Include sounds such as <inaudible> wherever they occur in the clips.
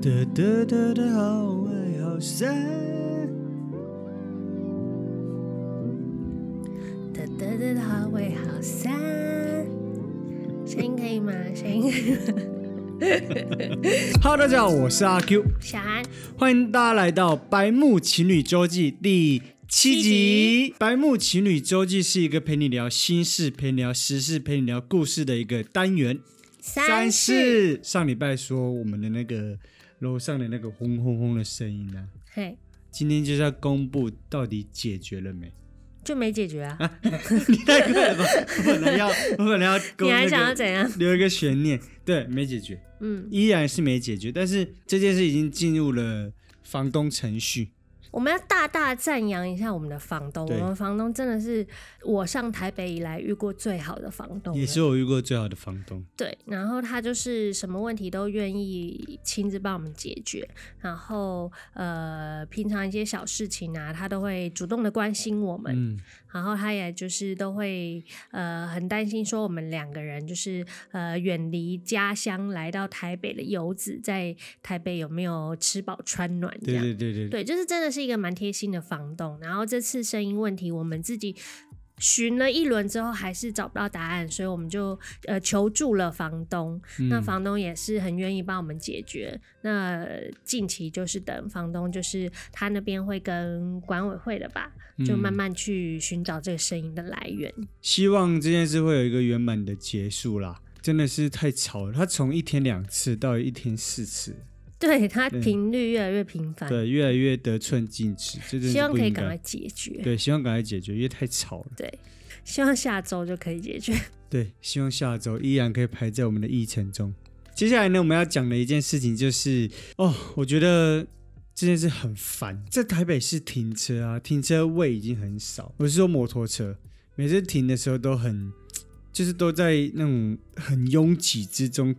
哒哒哒哒，好爱好山。哒哒哒，好味好三，声音可以吗？声音可以吗 Hello，大家好，我是阿 Q，小安，欢迎大家来到《白木情侣周记》第七集。七集白木情侣周记》是一个陪你聊心事、陪你聊时事、陪你聊故事的一个单元。三四，事，上礼拜说我们的那个楼上的那个轰轰轰的声音呢、嘿，今天就是要公布到底解决了没？就没解决啊？你太快了吧！我本来要，我本来要勾你还那想要个怎样？留一个悬念，对，没解决。嗯，依然是没解决，但是这件事已经进入了房东程序。我们要大大赞扬一下我们的房东，对我们房东真的是我上台北以来遇过最好的房东了，也是我遇过最好的房东，对，然后他就是什么问题都愿意亲自帮我们解决，然后呃，平常一些小事情啊，他都会主动的关心我们，嗯，然后他也就是都会呃很担心说我们两个人就是呃远离家乡来到台北的游子，在台北有没有吃饱穿暖这对样。对对对对，对，就是真的是一个蛮贴心的房东。然后这次声音问题，我们自己寻了一轮之后，还是找不到答案，所以我们就呃求助了房东。那嗯房东也是很愿意帮我们解决。那呃近期就是等房东，就是他那边会跟管委会的吧，就嗯慢慢去寻找这个声音的来源。希望这件事会有一个圆满的结束啦。真的是太吵了，他从一天两次到一天四次，对，它对频率越来越频繁，对，越来越得寸进尺，这真的是希望不可以应赶快该。解决。对，希望赶快解决，因为太吵了。对， <laughs> 希望下周就可以解决。对，希望下周依然可以排在我们的议程中。接下来呢，我们要讲的一件事情就是，哦，我觉得这件事很烦。在台北市停车啊，停车位已经很少。我是说摩托车，每次停的时候都很，就是都在那种很拥挤之中，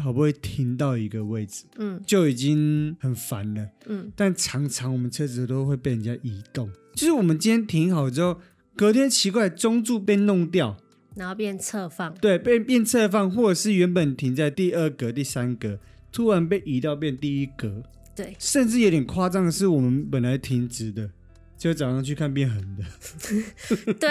好不容易停到一个位置，嗯就已经很烦了。嗯，但常常我们车子都会被人家移动，就是我们今天停好之后，隔天奇怪中柱被弄掉。然后变侧放。对，被变侧放，或者是原本停在第二格、第三格，突然被移到变第一格，对，甚至有点夸张的是，我们本来停直的，就早上去看变横的。 <laughs> 对，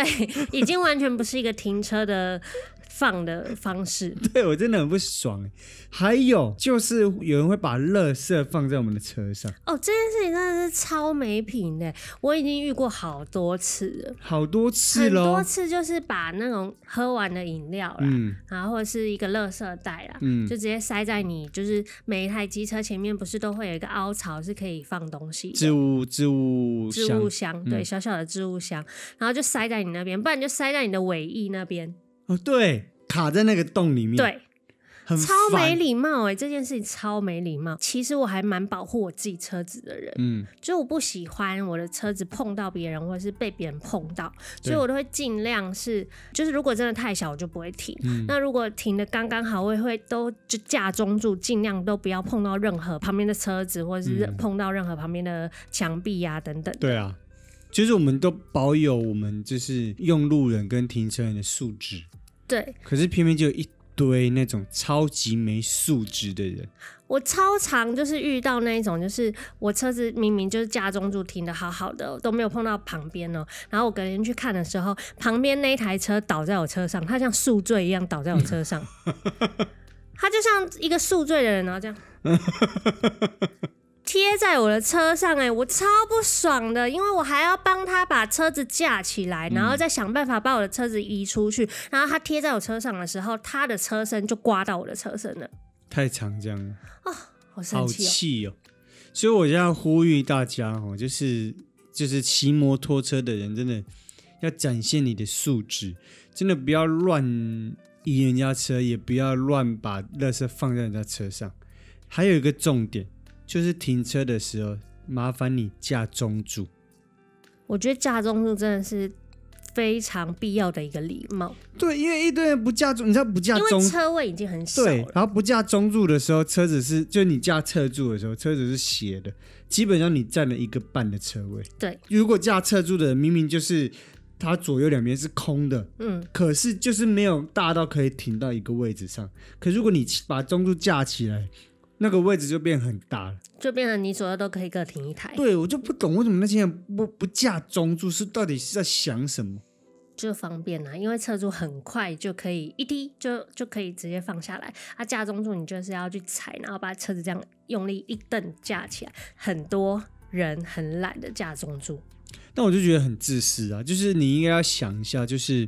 已经完全不是一个停车的放的方式。对我真的很不爽欸。还有就是有人会把垃圾放在我们的车上，哦，这件事情真的是超没品的，我已经遇过好多次了，好多次很喽多。次就是把那种喝完的饮料啦，嗯然后或者是一个垃圾袋啦。嗯就直接塞在你，就是每一台机车前面不是都会有一个凹槽是可以放东西的置物置物置箱物箱，对，嗯小小的置物箱，然后就塞在你那边，不然就塞在你的尾翼那边，哦，对，卡在那个洞里面，，对，嗯很超没烦。礼貌哎、这件事情超没礼貌。其实我还蛮保护我自己车子的人，嗯，就是我不喜欢我的车子碰到别人，或者是被别人碰到，对所以我都会尽量是，就是如果真的太小，我就不会停。嗯那如果停的刚刚好，我也会都就架中住，尽量都不要碰到任何旁边的车子，或者是嗯碰到任何旁边的墙壁呀、等等。对啊，就是我们都保有我们就是用路人跟停车人的素质。对可是偏偏就有一堆那种超级没素质的人，我超常就是遇到那一种，就是我车子明明就是架中柱停的好好的，都没有碰到旁边哦。然后我隔天去看的时候，旁边那一台车倒在我车上，他像宿醉一样倒在我车上，他就像一个宿醉的人，哦然后这样贴在我的车上、哎，我超不爽的，因为我还要帮他把车子架起来，然后再想办法把我的车子移出去。然后他贴在我车上的时候，他的车身就刮到我的车身了，太常这样了，好生好气哦。气哦！所以我现在呼吁大家哦，就是就是骑摩托车的人，真的要展现你的素质，真的不要乱移人家车，也不要乱把垃圾放在人家车上。还有一个重点，就是停车的时候，麻烦你架中柱。我觉得架中柱真的是非常必要的一个礼貌，对，因为一堆人不架中，你知道不架因啊中为车位已经很少对了，。然后不架中柱的时候，车子是就你架侧柱的时候，车子是斜的，基本上你占了一个半的车位。对，如果架侧柱的人明明就是它左右两边是空的，嗯，可是就是没有大到可以停到一个位置上。可如果你把中柱架起来，那个位置就变很大了。就变成你左右都可以各停一台，对我就不懂为什么那些人不不架中柱，是到底是在想什么？就方便啦、因为侧柱很快就可以一滴就就可以直接放下来，啊，架中柱你就是要去踩，然后把车子这样用力一蹬架起来，很多人很懒的架中柱，但我就觉得很自私啊，就是你应该要想一下，就是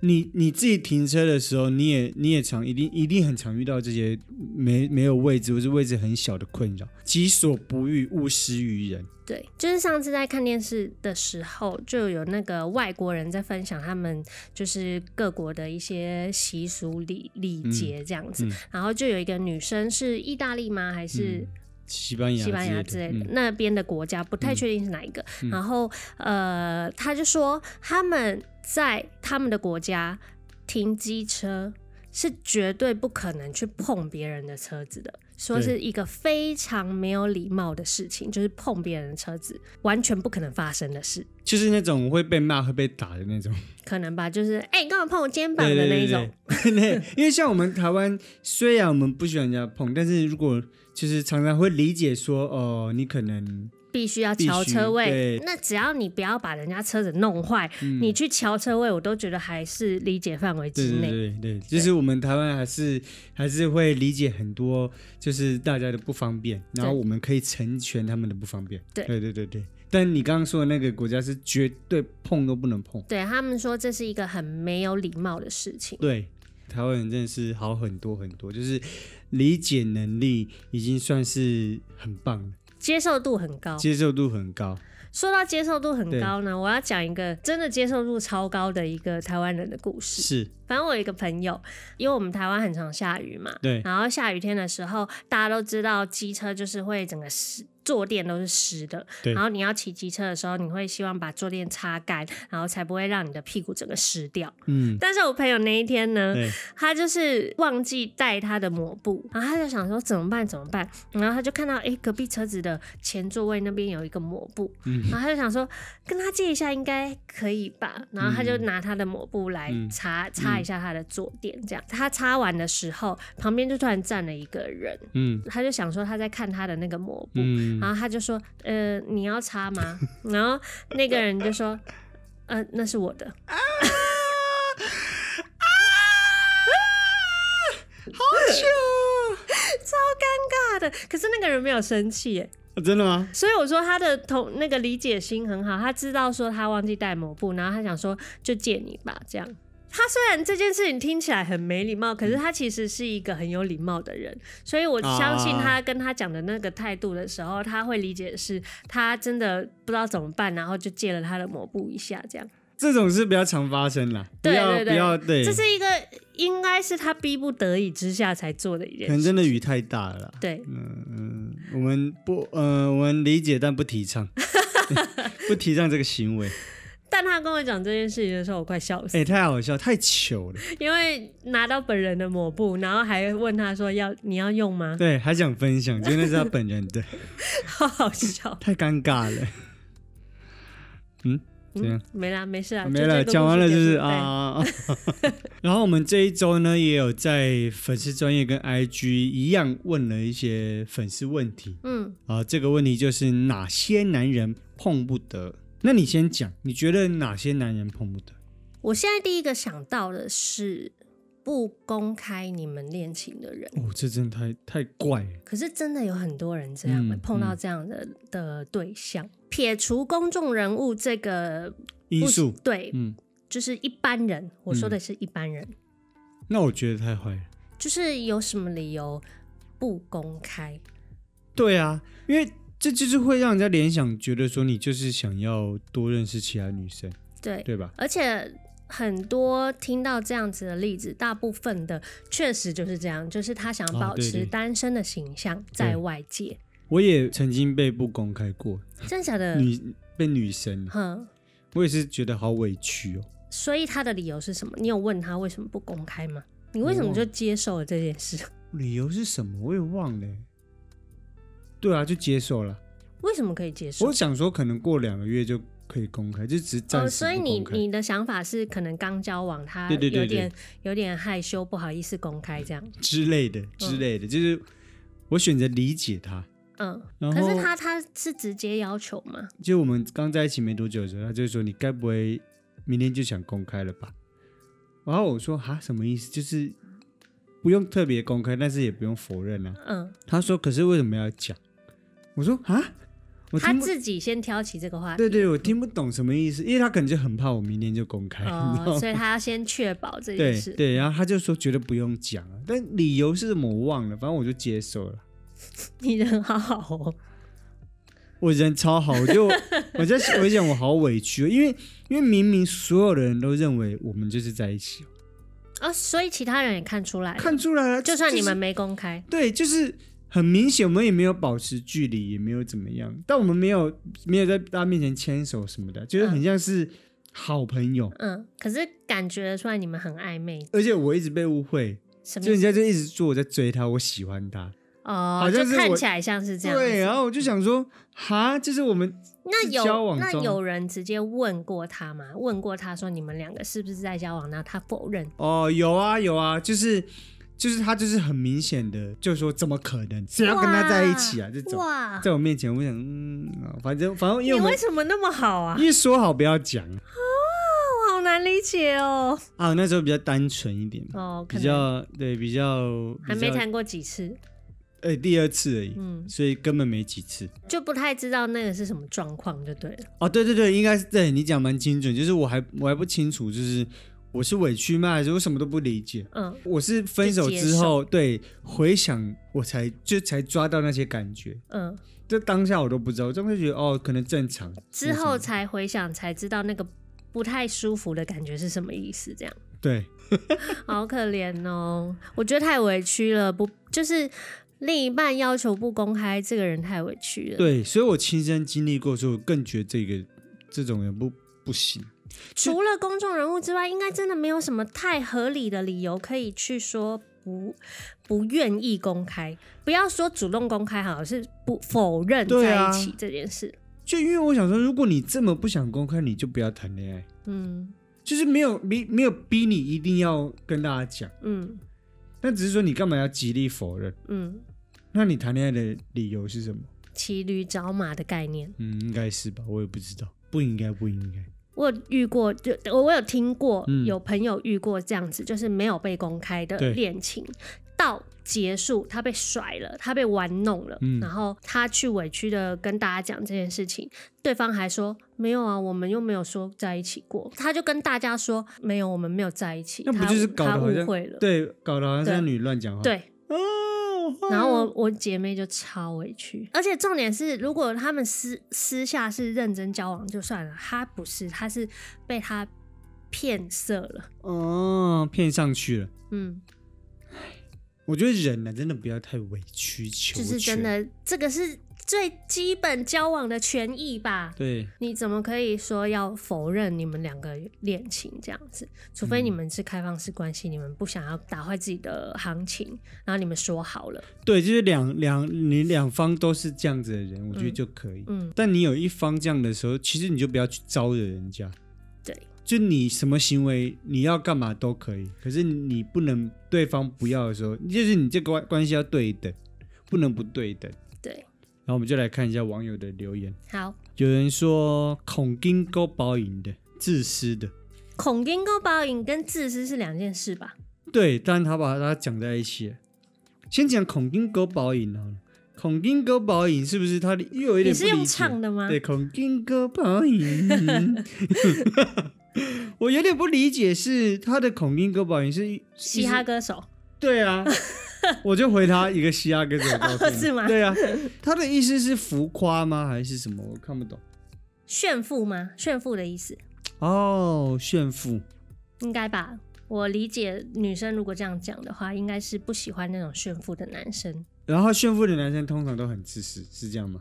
你你自己停车的时候，你也你也常一定一定很常遇到这些没没有位置或是位置很小的困扰，己所不欲，勿施于人。对，就是上次在看电视的时候，就有那个外国人在分享他们就是各国的一些习俗礼礼节这样子，嗯然后就有一个女生是意大利吗？还是西班牙，西班牙之类的、嗯那边的国家，不太确定是哪一个。然后呃，他就说他们在他们的国家停机车是绝对不可能去碰别人的车子的。说对是一个非常没有礼貌的事情，就是碰别人的车子，完全不可能发生的事，嗯，就是那种会被骂、会被打的那种，可能吧？就是哎，你干嘛碰我肩膀对的对那一对种？对对， <laughs> 因为像我们台湾，虽然我们不喜欢人家碰，但是如果就是常常会理解说，哦，你可能必须要必瞧须车位对。那只要你不要把人家车子弄坏，你去瞧车位，我都觉得还是理解范围对之对内。对对，就是我们台湾还是还是会理解很多，就是大家的不方便，然后对我们可以成全他们的不方便。对对对对对但你刚刚说的那个国家是绝对碰都不能碰。对他们说这是一个很没有礼貌的事情。对，台湾人真的是好很多很多，就是理解能力已经算是很棒了，接受度很高。接受度很高。说到接受度很高呢，我要讲一个真的接受度超高的一个台湾人的故事。是，反正我有一个朋友，因为我们台湾很常下雨嘛，对然后下雨天的时候，大家都知道机车就是会整个湿，坐垫都是湿的，对然后你要骑机车的时候，你会希望把坐垫擦干，然后才不会让你的屁股整个湿掉。嗯，但是我朋友那一天呢，对，他就是忘记带他的抹布，然后他就想说怎么办怎么办，然后他就看到哎、诶隔壁车子的前座位那边有一个抹布，然后他就想说跟他借一下应该可以吧，然后他就拿他的抹布来嗯擦、擦一下他的坐垫，这样他擦完的时候，旁边就突然站了一个人，嗯他就想说他在看他的那个抹布，嗯，然后他就说呃你要擦 <laughs> 吗？然后那个人就说呃那是我的，好大的，可是那个人没有生气耶。久，啊真的吗？所以我说他的同那个理解心很好，他知道说他忘记带抹布，然后他想说就借你吧，这样。他虽然这件事情听起来很没礼貌，嗯可是他其实是一个很有礼貌的人，所以我相信啊他跟他讲的那个态度的时候，他会理解的是他真的不知道怎么办，然后就借了他的抹布一下，这样。这种事比较常发生啦，不对要对对不要对，这是一个应该是他逼不得已之下才做的一可件能事。真的雨太大了啦。对，嗯，我们不，呃，我们理解但不提 <laughs> 倡， <laughs> 不提倡这个行为。但他跟我讲这件事情的时候，我快笑死了。哎、太好笑，太糗了。因为拿到本人的抹布，然后还问他说要你要用吗？ <laughs> 对，还想分享，真的是他本人的，好好笑，太尴尬了。嗯，怎样？没啦，没事啊，没就了，这个讲完了故就事是结束啊。啊。啊 <laughs> 然后我们这一周呢，也有在粉丝专业跟 IG 一样问了一些粉丝问题对嗯，啊。这个问题就是哪些男人碰不得？那你先讲，你觉得哪些男人碰不得？我现在第一个想到的是不公开你们恋情的人，哦，这真的太太怪了。可是真的有很多人这样、嗯碰到这样的的对象。撇除公众人物这个因不是素，对，嗯，就是一般人，我说的是一般人，那我觉得太坏了。就是有什么理由不公开？对啊，因为这就是会让人家联想，觉得说你就是想要多认识其他女生，对，对吧？而且很多听到这样子的例子，大部分的确实就是这样，就是他想啊保对持对单身的形象在外界，我也曾经被不公开过，真的假的？女被女生，哼，我也是觉得好委屈哦。所以他的理由是什么？你有问他为什么不公开吗？你为什么就接受了这件事？理由是什么？我也忘了欸。对啊，就接受了。为什么可以接受我？想说，可能过两个月就可以公开，就只是暂哦，时所以不你公开。你的想法是，可能刚交往，他有对对对点对有点害羞，不好意思公开这样。之类的之类的，就是我选择理解他。嗯，然可后是他他是直接要求嘛？就我们刚在一起没多久的时候，他就说：“你该不会明天就想公开了吧？”然后我说：“哈，什么意思？就是不用特别公开，但是也不用否认啊。嗯，”他说：“可是为什么要讲？”我说：“啊，我他听不自己先挑起这个话题，对对，我听不懂什么意思，因为他可能就很怕我明天就公开，你知道哦，吗？所以他要先确保这件对事。对，然后他就说觉得不用讲啊，但理由是什么我忘了，反正我就接受了。 <laughs> 你人好好哦，我人超好，我 <laughs> 就我在我想我好委屈哦，因为因为明明所有的人都认为我们就是在一起哦，啊、所以其他人也看出来了，看出来了，哎啊就算你是们没公开，对，就是很明显我们也没有保持距离，也没有怎么样，但我们没有没有在大家面前牵手什么的，就是很像是好朋友，嗯，可是感觉得出来你们很暧昧，而且我一直被误会，什么就人意思？家就一直说我在追他，我喜欢他。哦好，就像是看我起来像是这样子。对，然后我就想说，哈，就是我们那是交有往那中有人直接问过他吗？问过他说你们两个是不是在交往？然后他否认。哦，有啊有啊，就是就是他就是很明显的，就说怎么可能，谁要跟他在一起啊？这种哇，在我面前，我想，嗯，啊反正反正因你为我为们什么那么好啊？因为说好不要讲我好难理解哦。啊，我那时候比较单纯一点，哦，可比能较对比较还没，比较谈过几次，哎、第二次而已，嗯，所以根本没几次。就不太知道那个是什么状况，就对了。哦，对对对，应该是对你讲蛮精准，就是我还我还不清楚，就是我是委屈吗，还是我什么都不理解？嗯，我是分手之后，对回想我才就才抓到那些感觉，嗯，这当下我都不知道，我就会觉得哦，可能正常。之嗯后才回想才知道那个不太舒服的感觉是什么意思，这样。对，好可怜哦，我觉得太委屈了，不就是另一半要求不公开，这个人太委屈了。，对，所以我亲身经历过，所以我更觉得这个这种人不不行。除了公众人物之外，应该真的没有什么太合理的理由可以去说不不愿意公开，不要说主动公开好了，是不否认对在啊一起这件事。就因为我想说，如果你这么不想公开，你就不要谈恋爱，嗯就是没有逼没有逼你一定要跟大家讲，嗯但只是说你干嘛要极力否认？嗯，那你谈恋爱的理由是什么？骑驴找马的概念。嗯，应该是吧，我也不知道，不应该，不应该。我有遇过，就我我有听过、嗯有朋友遇过这样子，就是没有被公开的对恋情，到结束他被甩了，他被玩弄了，嗯然后他去委屈的跟大家讲这件事情，对方还说没有啊，我们又没有说在一起过，他就跟大家说没有，我们没有在一起，那不他就是搞得他好像误会了，对，搞得好像对是女乱讲话。，对，哦，然后我我姐妹就超委屈，嗯而且重点是，如果他们私私下是认真交往就算了，她不是，她是被他骗色了。哦，骗上去了。嗯，我觉得人呢、真的不要太委曲求就全，是真。的，这个是最基本交往的权益吧？对，你怎么可以说要否认你们两个恋情这样子？除非你嗯们是开放式关系，你们不想要打坏自己的行情，然后你们说好了。对，就是两两你两方都是这样子的人，我觉得就可以。嗯但你有一方这样的时候，其实你就不要去招惹人家。对，就你什么行为，你要干嘛都可以，可是你不能对方不要的时候，就是你这个关关系要对等，不能不对等。对，然后我们就来看一下网友的留言，好，有人说恐惊勾包赢的，自私的，恐惊跟报应跟自私是两件事吧？对，但他把它讲在一起了。先讲恐惊勾包赢好了，恐惊勾包赢是不是他的又有一你点不是理解用唱的吗？对，恐惊勾包赢。 <laughs> 我有点不理解，是他的恐惊勾包赢是嘻哈？歌手，对啊，我就回他一个嘻哈歌手的照片， <laughs> 是吗对啊，他的意思是浮夸吗？还是什么？我看不懂。炫富吗？炫富的意思哦，炫富。应该吧？我理解女生如果这样讲的话，应该是不喜欢那种炫富的男生。然后炫富的男生通常都很自私，是这样吗？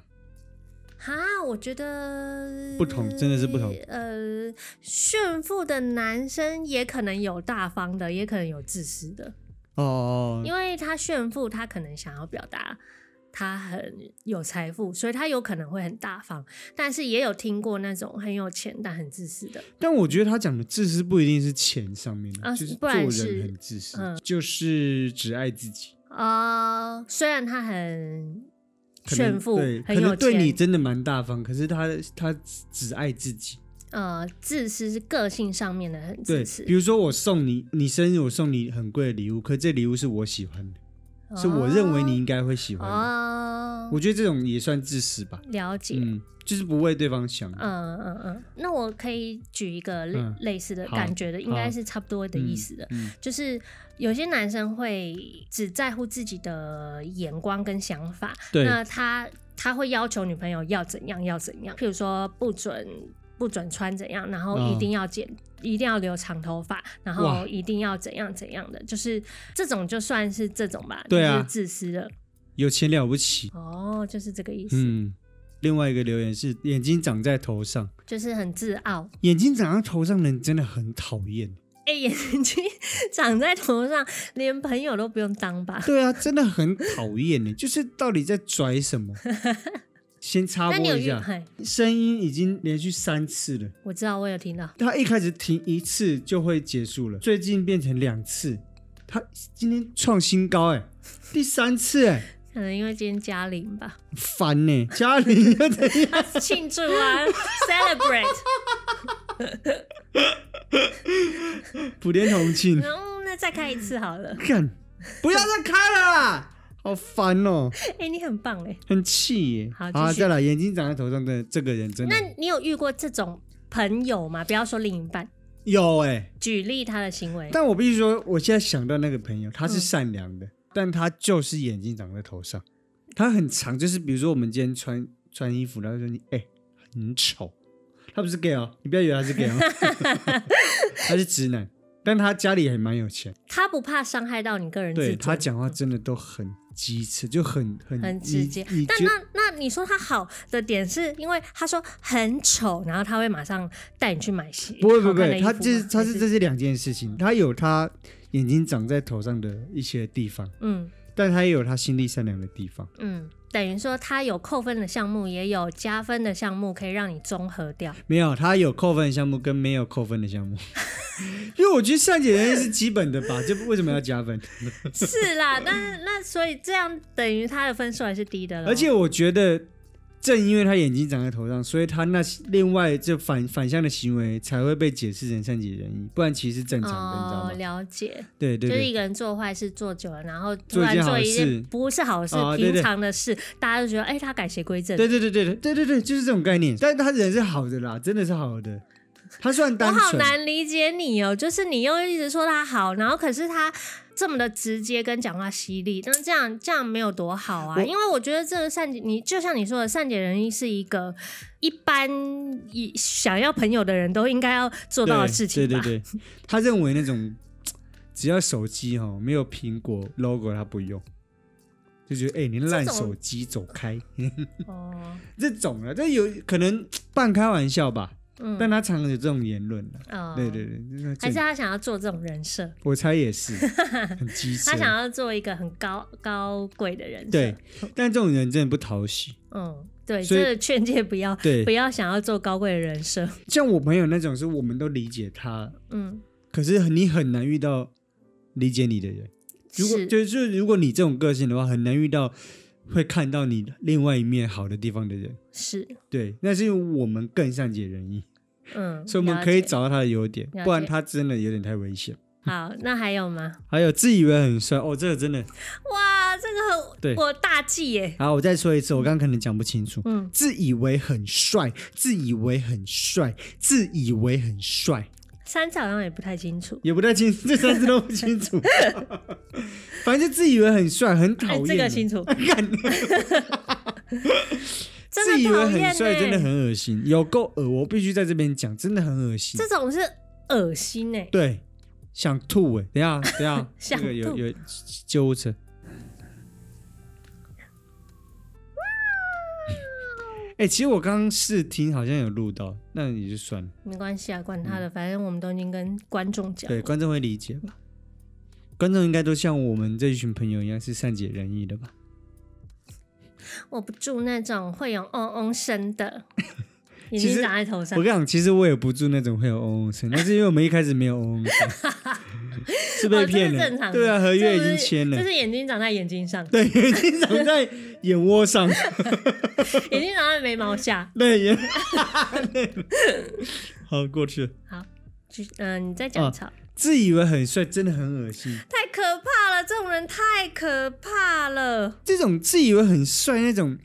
哈，我觉得不同真的是不同呃，炫富的男生也可能有大方的，也可能有自私的，哦，因为他炫富，他可能想要表达他很有财富，所以他有可能会很大方。但是也有听过那种很有钱但很自私的，但我觉得他讲的自私不一定是钱上面的，啊就是不做然人是嗯很自私，就是只爱自己。哦，虽然他很可能炫富对，，可很有能对你钱，真的蛮大方，可是他他只爱自己。呃，自私是个性上面的很对自，私比，如说我送你，你生日我送你很贵的礼物，可这礼物是我喜欢的，是我认为你应该会喜欢的。哦，我觉得这种也算自私吧，了解。嗯，就是不为对方想。嗯嗯嗯，那我可以举一个类嗯类似的好感觉的，应该好是差不多的意思的，嗯就是有些男生会只在乎自己的眼光跟想法，对那他他会要求女朋友要怎样要怎样，譬如说不准不准穿怎样，然后嗯一定要剪。一定要留长头发，然哇后一定要怎样怎样的，就是这种就算是这种吧，对啊就是自私的有钱了不起，哦，就是这个意思，嗯。另外一个留言是眼睛长在头上，就是很自傲，眼睛长在头上的人真的很讨厌。哎、眼睛长在头上，连朋友都不用当 <laughs> 吧？对啊，真的很讨厌呢，就是到底在拽什 <laughs> 么？先插那你播有一遇？下，嘿，声音已经连续三次了。我知道，我有听到。他一开始停一次就会结束了，最近变成两次，他今天创新高哎、第三次哎、可能因为今天嘉玲吧，烦呢、嘉玲又怎样？她庆祝啊 <laughs> ，celebrate。普天同 <laughs> 庆，然后嗯那再开一次好了。看，不要再开了啦，好烦哦、哎、你很棒哎、很气耶、好啊，继续再来，眼睛长在头上的这个人真的那你有遇过这种朋友吗？不要说另一半，有哎、举例他的行为。但我必须说，我现在想到那个朋友，他是嗯善良的，但他就是眼睛长在头上，他很长，就是比如说我们今天穿穿衣服，然后说你哎、很丑，他不是 gay 哦，你不要以为他是 <laughs> gay 哦，他是直男，但他家里还蛮有钱，他不怕伤害到你个人自对尊。他讲话真的都很机智，就很很很直接你你但觉那那你说他好的点是因为他说很丑，然后他会马上带你去买鞋。不会不会好不看的会，衣服他吗这是他还是这是两件事情，他有他眼睛长在头上的一些地方，嗯。但他也有他心地善良的地方。嗯，等于说它有扣分的项目，也有加分的项目，可以让你综合掉。没有，他有扣分的项目跟没有扣分的 <laughs> 项目，因为我觉得善解人意是基本的吧，这为什么要加分？嗯是啦，那那所以这样等于他的分数还是低的了。而且我觉得，正因为他眼睛长在头上，所以他那另外这反反向的行为才会被解释成善解人意，不然其实是正常的，哦，你知道吗？了解，对对就是对，一个人做坏事做久了，然后突做一然件做好一件事不是好事、哦对对平常的事，大家就觉得哎、他改邪归正。对对对对对对对对，就是这种概念。但是他人是好的啦，真的是好的，他算我单好纯。难理解你哦，就是你又一直说他好，然后可是他这么的直接跟讲话犀利，那这样这样没有多好啊。我因为我觉得这个善解，你就像你说的，善解人意是一个一般一想要朋友的人都应该要做到的事情吧。对对对对，他认为那种只要手机哈、没有苹果 logo 他不用，就觉得哎、你烂手机走开哦，这种啊，这有可能半开玩笑吧，嗯，但他常常有这种言论的、啊哦对对，对，那这还是他想要做这种人设，我猜也是很机车 <laughs> 他。想要做一个很高高贵的人设。对，，但这种人真的不讨喜。嗯，对，所以这个劝诫不要对不，要想要做高贵的人设。像我朋友那种，是我们都理解他，嗯，可是你很难遇到理解你的人。如果嗯是就就是如果你这种个性的话，很难遇到会看到你另外一面好的地方的人。是，对，那是因为我们更善解人意，嗯，所以我们了可以解找到他的优点，了解不然他真的有点太危险。好，那还有吗？还有自以为很帅哦，这个真的。哇，这个很对我大忌耶。好，我再说一次，我刚刚可能讲不清楚。嗯，自以为很帅，自以为很帅，自以为很帅，三次好像也不太清楚。也不太清， <laughs> 这三次都不清 <laughs> 楚。反正就自以为很帅，很讨哎、厌。这 <laughs> 个清楚，自真以的为讨很厌欸帅，真的呢。很恶心，有够恶，我必须在这边讲，真的很恶心这。种是恶心呢。对，想吐哎、等一下等一下， <laughs> 想那个有吐有救护车。哎、其实我刚刚试听好像有录到，那也就算了，没关系啊，管他的，反正我们都已经跟观众讲嗯对，观众会理解吧？观众应该都像我们这一群朋友一样是善解人意的吧？我不住那种会有嗡嗡声 <laughs> 的，眼其睛实长在头我上跟你。讲，其实我也不住那种会有嗡嗡声，但是因为我们一开始没有嗡嗡声，是被骗哦这是正了，常的对啊，合约已这不经是签了就，是眼睛长在眼睛上，对，眼睛长在眼窝上，眼睛长在眉毛下。对，眼，好过去了。就嗯、你在哦讲草，自以为很帅，真的很恶心。太可怕了，这种人太可怕了。这种自以为很帅那种，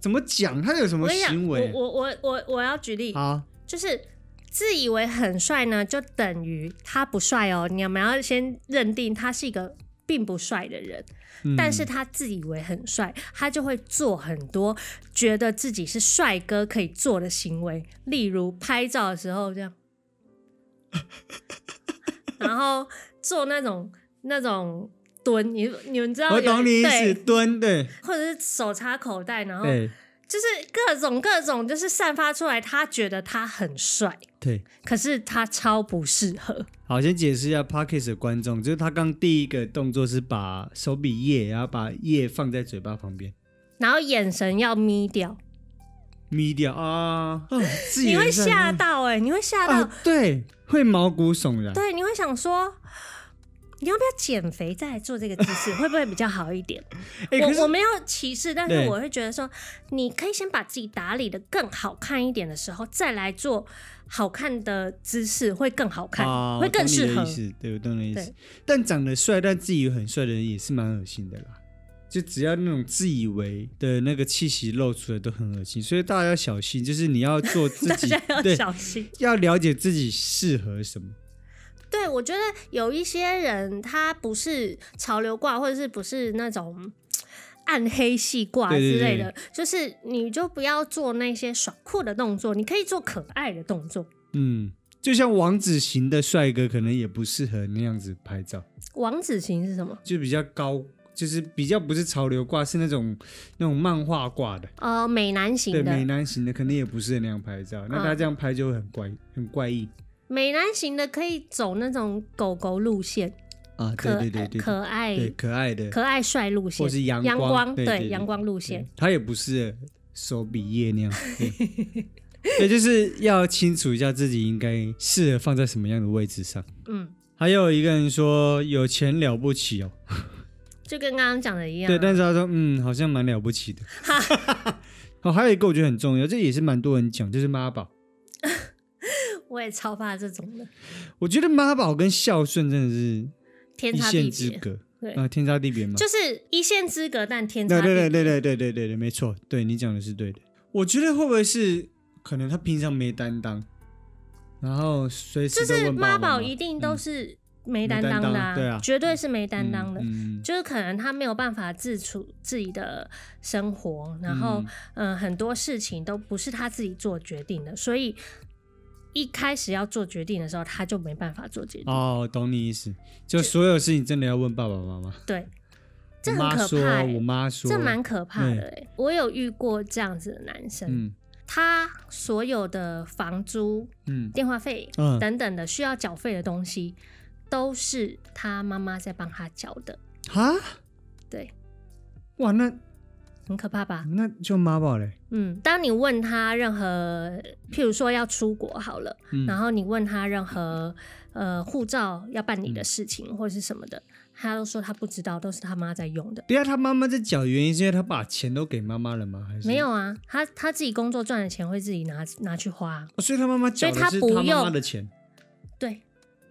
怎么讲？他有什我么跟你讲，行我为？我我我我要举例，好，就是自以为很帅呢，就等于他不帅哦。你们要先认定他是一个并不帅的人，嗯但是他自以为很帅，他就会做很多觉得自己是帅哥可以做的行为，例如拍照的时候这样， <laughs> 然后做那种那种蹲，你你们知道有，我懂你意思，对，哦蹲，对哎或者是手插口袋，然后对就是各种各种，就是散发出来，他觉得他很帅，对。可是他超不适合。好，先解释一下 Parkes 的观众，就是他刚第一个动作是把手比耶，然后把耶放在嘴巴旁边，然后眼神要眯掉，眯掉啊，啊自以你为会是嗯吓到哎、你会吓到，啊，对，会毛骨悚然。对，你会想说，你要不要减肥再来做这个姿势，会不会比较好一点？ <laughs> 哎、可我我是没有歧视，但对是我会觉得说，你可以先把自己打理的更好看一点的时候，再来做好看的姿势，会更好看，啊，会更适我合懂你。的意思，对，我懂你的意思对。但长得帅但自以为很帅的人也是蛮恶心的啦。就只要那种自以为的那个气息露出来都很恶心，所以大家要小心，就是你要做自 <laughs> <laughs> 大己家，要对，小心。要了解自己适合什么。对，我觉得有一些人他不是潮流挂，或者是不是那种嘖暗黑系挂对对之对类的，就是你就不要做那些耍酷的动作，你可以做可爱的动作。嗯，就像王子型的帅哥，可能也不适合那样子拍照，王子型是什么？就比较高，就是比较不是潮流挂，是那种那种漫画挂的。呃，美男型对的嗯美男型的肯定也不是那样拍照，那他这样拍就会很怪，很怪异美男型的可以走那种狗狗路线，啊！可哎对对对对，可爱对可爱的，可爱帅路线，或是阳阳光对对对对阳光路对线。他也不是手比耶那样，对， <laughs> 对，就是要清楚一下自己应该适合放在什么样的位置上。嗯，还有一个人说有钱了不起哦，就跟刚刚讲的一样啊。对，但是他说嗯，好像蛮了不起的。 <laughs> 哦，还有一个我觉得很重要，这也是蛮多人讲，就是妈宝。我也超怕这种的，我觉得妈宝跟孝顺真的是天一差地线之别。隔，对啊，天差地别嘛。就是一线之隔，但天差对地对别。对对对对对对对，没错，对你讲的是对的。我觉得会不会是可能他平常没担当，然后随时就都是问妈爸妈宝一定都是没担没当的、担当对啊绝对是没担当的。嗯嗯就是可能他没有办法自处自己的生活，然后嗯、呃很多事情都不是他自己做决定的，所以一开始要做决定的时候，他就没办法做决定。哦，懂你意思，就所有事情真的要问爸爸妈妈。对，这我很妈可说，怕、欸，我妈说，这蛮可怕的、对欸。我有遇过这样子的男生，嗯他所有的房租、嗯电话费嗯等等的需要缴费的东西，都是他妈妈在帮他缴的。哈，啊对，哇，那很可怕吧？那就妈宝嘞，嗯，当你问他任何，譬如说要出国好了，嗯然后你问他任何呃护照要办理的事情或者是什么的，他都说他不知道，都是他妈在用的。对啊，他妈妈在缴，原因是因为他把钱都给妈妈了吗？还是没有？啊，他他自己工作赚的钱会自己拿拿去花，哦所以他妈妈缴所以的他是不他妈妈用的钱，对，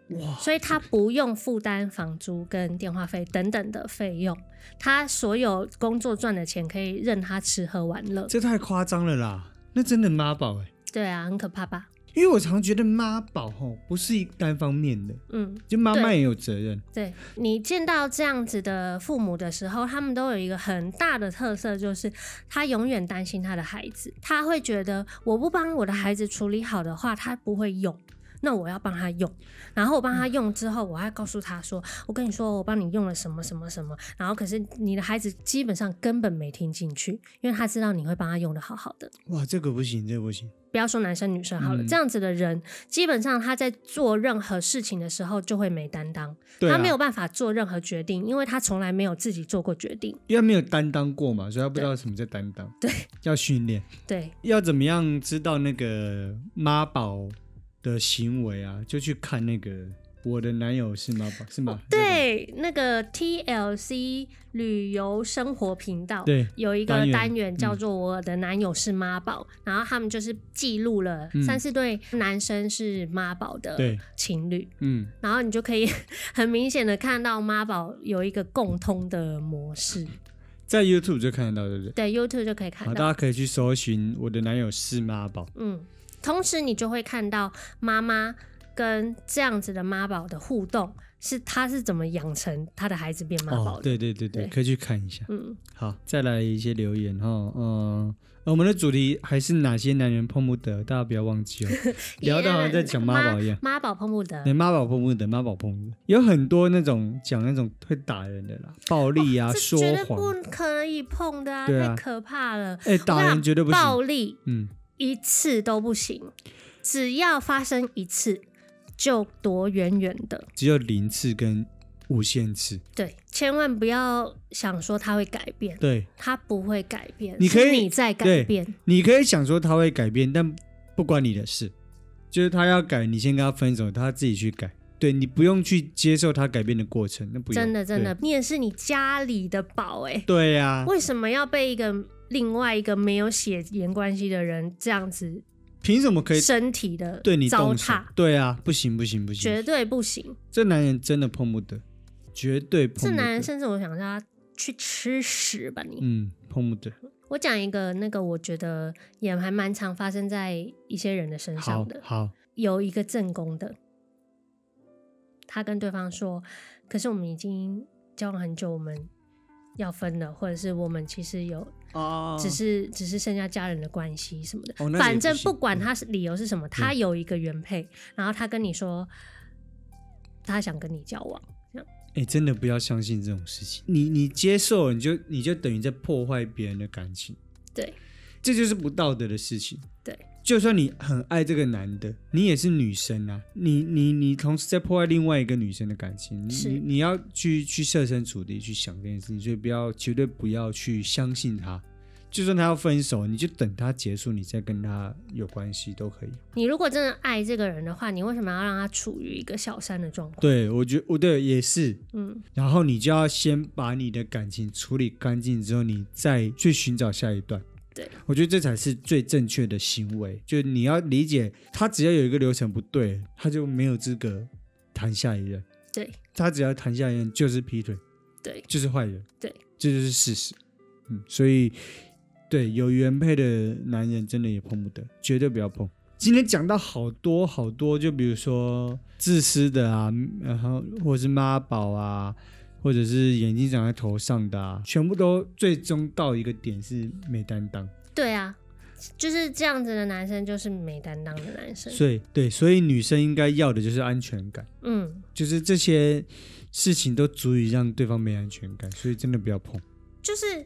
哇，所以他不用负担房租跟电话费等等的费用，他所有工作赚的钱可以任他吃喝玩乐。这太夸张了啦，那真的妈宝哎。对啊，很可怕吧？因为我常觉得妈宝吼不是一单方面的，嗯，就妈妈对也有责任。对你见到这样子的父母的时候，他们都有一个很大的特色，就是他永远担心他的孩子，他会觉得我不帮我的孩子处理好的话，他不会用。那我要帮他用，然后我帮他用之后，我还告诉他说：“我跟你说，我帮你用了什么什么什么。”然后可是你的孩子基本上根本没听进去，因为他知道你会帮他用的好好的。哇，这个不行，这个不行。不要说男生女生好了，嗯这样子的人基本上他在做任何事情的时候就会没担当。对、啊，他没有，办法做任何决定，因为他从来没有自己做过决定。因为他没有担当过嘛，所以他不知道什么叫担当。对，要训练，对，要怎么样知道那个妈宝的行为啊？就去看那个我的男友是吗？是吗？对，那个 TLC 旅游生活频道，对有一单个元嗯单元叫做《我的男友是妈宝》，然后他们就是记录了嗯三四对男生是妈宝的对情侣，嗯，然后你就可以 <laughs> 很明显的看到妈宝有一个共通的模式，在 YouTube 就看得到，对不对？对 YouTube 就可以好，看大家到，可以去搜寻我的男友是妈宝。嗯，同时你就会看到妈妈跟这样子的妈宝的互动，是她是怎么养成她的孩子变妈宝哦，的，对对对对，对可以去看一下。嗯。好，再来一些留言哈，嗯、呃我们的主题还是哪些男人碰不得，大家不要忘记 <laughs> 哦，聊到好像在讲妈宝一样。妈宝碰不得对，妈宝碰不得，妈宝碰不得，有很多那种讲那种会打人的啦，暴力啊，哦这说绝对不谎，可以碰的啊，对啊太可怕了！哎、打人绝对不暴行。力嗯，一次都不行，只要发生一次就躲远远的。只有零次跟无限次。对，千万不要想说他会改变，对，他不会改变，你可以是你在改对变。你可以想说他会改变，但不关你的事，就是他要改，你先跟他分手，他自己去改。对你不用去接受他改变的过程，那不用真的真的，。你也是你家里的宝哎、对啊对呀、为什么要被一个另外一个没有血缘关系的人这样子凭什么可以身体的对你糟动手蹋？？对啊，不行不行不行，绝对不行！这男人真的碰不得，绝对碰不这得。男人甚至我想让他去吃屎吧你！嗯，碰不得。我讲一个那个，我觉得也还蛮常发生在一些人的身好上的。好，有一个正宫的，他跟对方说：“可是我们已经交往很久，我们要分了，或者是我们其实有，哦只是只是剩下家人的关系什么的。哦那也反正不行嗯不管他是理由是什么，他有一个原配，然后他跟你说他想跟你交往。”哎、真的不要相信这种事情。你你接受了，你就你就等于在破坏别人的感情，对，这就是不道德的事情。对，就算你很爱这个男的，你也是女生啊，你你你同时在破坏另外一个女生的感情，你是你你要去去设身处地去想这件事情，所以不要绝对不要去相信他。就算他要分手，你就等他结束，你再跟他有关系都可以。你如果真的爱这个人的话，你为什么要让他处于一个小三的状况？对，我觉我对也是，嗯，然后你就要先把你的感情处理干净之后，你再去寻找下一段。对，我觉得这才是最正确的行为。就你要理解，他只要有一个流程不对，他就没有资格谈下一任。对他只要谈下一任就是劈腿，对就是坏人。对，这就是事实。嗯，所以对有原配的男人真的也碰不得，绝对不要碰。今天讲到好多好多，就比如说自私的啊，然后或者是妈宝啊，或者是眼睛长在头上的啊，全部都最终到一个点是没担当。对啊，就是这样子的男生就是没担当的男生。所以对，所以女生应该要的就是安全感，嗯，就是这些事情都足以让对方没安全感，所以真的不要碰。就是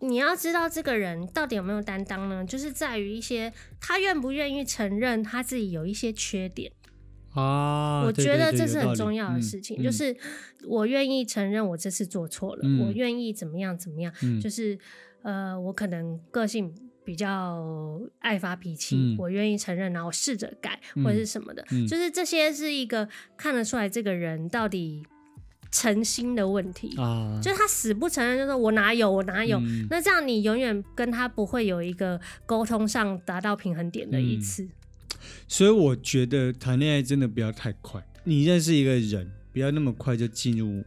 你要知道这个人到底有没有担当呢？就是在于一些他愿不愿意承认他自己有一些缺点。啊，我对觉对得对这有是道很理重要的嗯事情，嗯就是我愿意承认我这次做错了，嗯我愿意怎么样怎么样，嗯就是呃，我可能个性比较爱发脾气，嗯我愿意承认，然后试着改、嗯或者是什么的，嗯就是这些是一个看得出来这个人到底诚心的问题，啊，就是他死不承认，就说我哪有我哪有。嗯那这样你永远跟他不会有一个沟通上达到平衡点的一嗯次，所以我觉得谈恋爱真的不要太快，你认识一个人，不要那么快就进入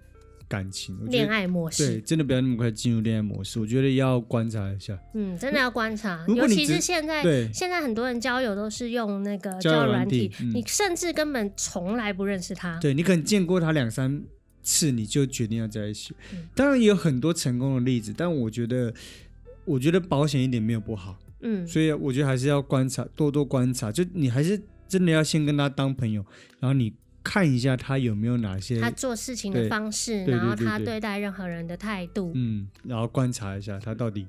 感情。我觉恋得爱模对，式。真的不要那么快进入恋爱模式，我觉得要观察一下。嗯，真的要观察，如果尤你其只是现在对现在很多人交友都是用那个交友交友软软体体，嗯你甚至根本从来不认识他。对你可能见过他两三次，你就决定要在一起嗯。当然也有很多成功的例子，但我觉得，我觉得保险一点没有不好。嗯，所以我觉得还是要观察，多多观察。就你还是真的要先跟他当朋友，然后你看一下他有没有哪些他做事情对的方式，对然后对对他对对待任何人的态度，嗯，然后观察一下他到底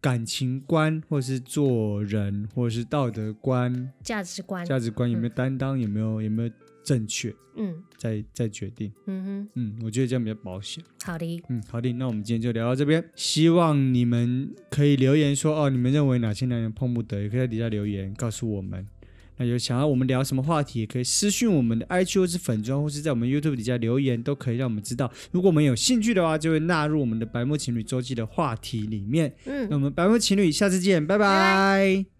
感情观，或是做人，或是道德观、价值观，价值观有没有担当，有没有有没有正确，嗯再再决定。嗯嗯，我觉得这样比较保险。哼，好的，嗯，好的，那我们今天就聊到这边，希望你们可以留言说哦，你们认为哪些男人碰不得，也可以在底下留言告诉我们。那有想要我们聊什么话题，也可以私讯我们的 IG 或是粉砖，或是在我们 YouTube 底下留言，都可以让我们知道。如果我们有兴趣的话，就会纳入我们的白目情侣周记的话题里面。嗯那，我们白目情侣下次见，拜拜拜